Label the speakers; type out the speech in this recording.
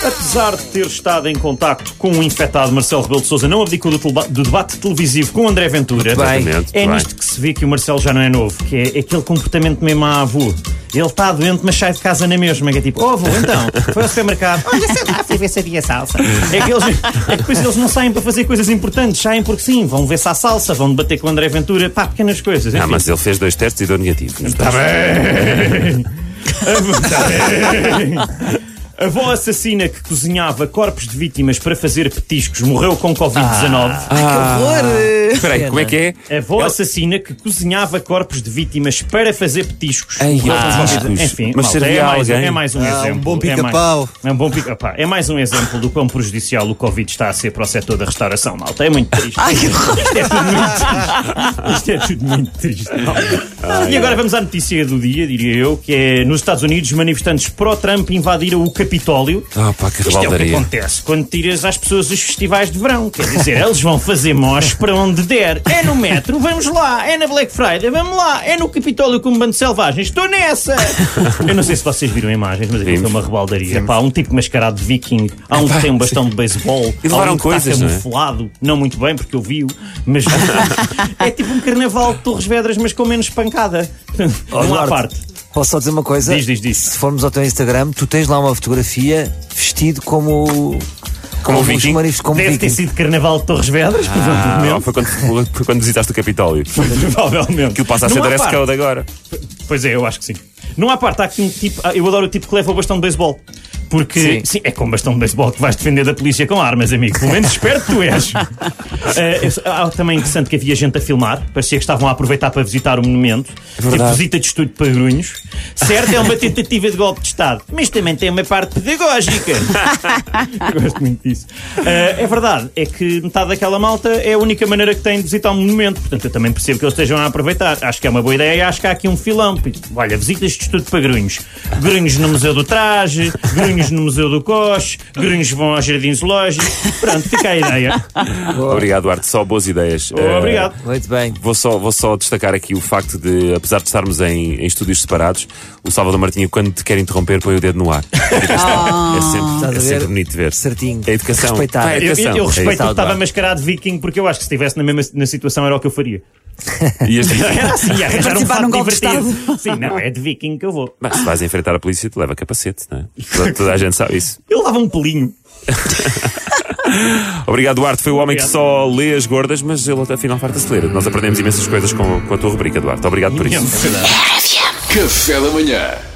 Speaker 1: Apesar de ter estado em contacto com o infectado Marcelo Rebelo de Sousa, não abdicou do, teleba- do debate televisivo com André Ventura.
Speaker 2: Exatamente,
Speaker 1: É
Speaker 2: bem.
Speaker 1: nisto que se vê que o Marcelo já não é novo, que é aquele comportamento mesmo à avô. Ele está doente, mas sai de casa na mesma, que é tipo, oh, avô, então, foi ao supermercado. Olha, sei lá, fui ver se havia salsa. É que, eles, é que depois eles não saem para fazer coisas importantes, saem porque sim, vão ver se há salsa, vão debater com o André Ventura, pá, pequenas coisas. É
Speaker 2: Ah,
Speaker 1: enfim.
Speaker 2: mas ele fez dois testes e deu negativo.
Speaker 1: Está bem! Está bem. A avó assassina que cozinhava corpos de vítimas para fazer petiscos morreu com Covid-19. Tá
Speaker 3: Ah.
Speaker 2: Espera aí, como é que é?
Speaker 1: A avó assassina que cozinhava corpos de vítimas para fazer petiscos.
Speaker 2: Ai,
Speaker 1: morreu com
Speaker 2: petiscos.
Speaker 1: Covid. Enfim,
Speaker 2: Mas
Speaker 1: malta,
Speaker 2: servia
Speaker 1: é,
Speaker 2: a
Speaker 1: mais,
Speaker 2: alguém?
Speaker 1: é mais um exemplo.
Speaker 3: um bom
Speaker 1: É mais-
Speaker 3: pica-pau.
Speaker 1: É um bom pica-pau. É mais um exemplo do quão prejudicial o Covid está a ser para o setor da restauração, malta. É muito triste. Isto é tudo muito triste. Isto é tudo muito triste. E agora vamos à notícia do dia, diria eu, que é nos Estados Unidos, manifestantes pró-Trump invadiram o Capitólio.
Speaker 2: Ah, pá, que
Speaker 1: Isto é o que
Speaker 2: rebaldaria.
Speaker 1: acontece quando tiras às pessoas os festivais de verão. Quer dizer, eles vão fazer mos para onde der. É no metro, vamos lá. É na Black Friday, vamos lá. É no Capitólio com um bando de selvagens. Estou nessa! Eu não sei se vocês viram imagens, mas aquilo foi uma rebaldaria. Pá, há um tipo mascarado de viking, há um que tem um bastão de beisebol,
Speaker 2: E
Speaker 1: há
Speaker 2: levaram
Speaker 1: um que está
Speaker 2: coisas, não é?
Speaker 1: camuflado. Não muito bem, porque eu vi-o, mas é tipo um carnaval de Torres Vedras, mas com menos pancada.
Speaker 2: Oh,
Speaker 1: Não há
Speaker 3: Eduardo,
Speaker 1: parte.
Speaker 3: Posso só dizer uma coisa?
Speaker 1: Diz, diz, diz.
Speaker 3: Se formos ao teu Instagram, tu tens lá uma fotografia vestido como.
Speaker 2: Como
Speaker 3: os
Speaker 2: um viking?
Speaker 3: mariscos, como
Speaker 1: Deve ter
Speaker 3: viking.
Speaker 1: sido carnaval de Torres Vedras, provavelmente.
Speaker 2: Ah, foi quando, foi quando visitaste o Capitólio.
Speaker 1: Provavelmente.
Speaker 2: Aquilo passa a é ser
Speaker 1: Não há
Speaker 2: dress
Speaker 1: parte.
Speaker 2: code agora.
Speaker 1: Pois é, eu acho que sim. Não há parte, há aqui um tipo. ah, Eu adoro o tipo que leva o bastão de beisebol. Porque, sim. é com bastão de beisebol que vais defender da polícia com armas, amigo. Pelo menos espero que tu és. Eh, eu- há também interessante que havia gente a filmar, parecia que estavam a aproveitar para visitar o monumento. tipo
Speaker 2: verdade.
Speaker 1: visita de estudo para grunhos. Certo, é uma tentativa de golpe de Estado, mas também tem uma parte pedagógica. Eu gosto muito disso. Eh, é verdade, é que metade daquela malta é a única maneira que tem de visitar um monumento. Portanto, eu também percebo que eles estejam a aproveitar. Acho que é uma boa ideia e acho que há aqui um filão. Tipo, Olha, visitas de estudo para grunhos. Grunhos no Museu do Traje, grunhos no Museu do Coche, grunhos vão ao Jardim Zoológico. Pronto, fica a ideia.
Speaker 2: Obrigado, Duarte. Só boas ideias. Eh,
Speaker 1: Obrigado.
Speaker 3: Muito bem.
Speaker 2: Vou só, vou só destacar aqui o facto de, apesar de estarmos em, em estúdios separados, o Salvador Martinho, quando te quer interromper, põe o dedo no ar.
Speaker 1: Ah,
Speaker 2: é sempre,
Speaker 3: Estás a
Speaker 2: é
Speaker 3: ver?
Speaker 2: sempre bonito de ver.
Speaker 3: Certinho.
Speaker 2: É educação.
Speaker 3: Respeitar.
Speaker 2: Ah, é
Speaker 4: Eh,
Speaker 1: Eu,
Speaker 2: educação.
Speaker 1: eu
Speaker 2: É
Speaker 1: respeito
Speaker 2: isso.
Speaker 1: que estava mascarado de viking porque eu acho que se estivesse na mesma na situação era o que eu faria.
Speaker 2: É E este-
Speaker 1: Era assim, ia arranjar um
Speaker 4: Participar
Speaker 1: fato
Speaker 4: num golpe de
Speaker 1: divertido. Sim, não, é de viking que eu vou.
Speaker 2: Mas se vais enfrentar a polícia, tu leva capacete, não é? Toda- Toda a gente sabe isso.
Speaker 1: Eu lavo um pelinho.
Speaker 2: Obrigado, Duarte. Foi o homem que
Speaker 1: Obrigado.
Speaker 2: só lê as gordas, mas ele afinal farta-se de ler.
Speaker 4: é
Speaker 2: Nós aprendemos imensas coisas com, com a tua rubrica, Duarte. Obrigado por isso.
Speaker 5: Café da Manhã.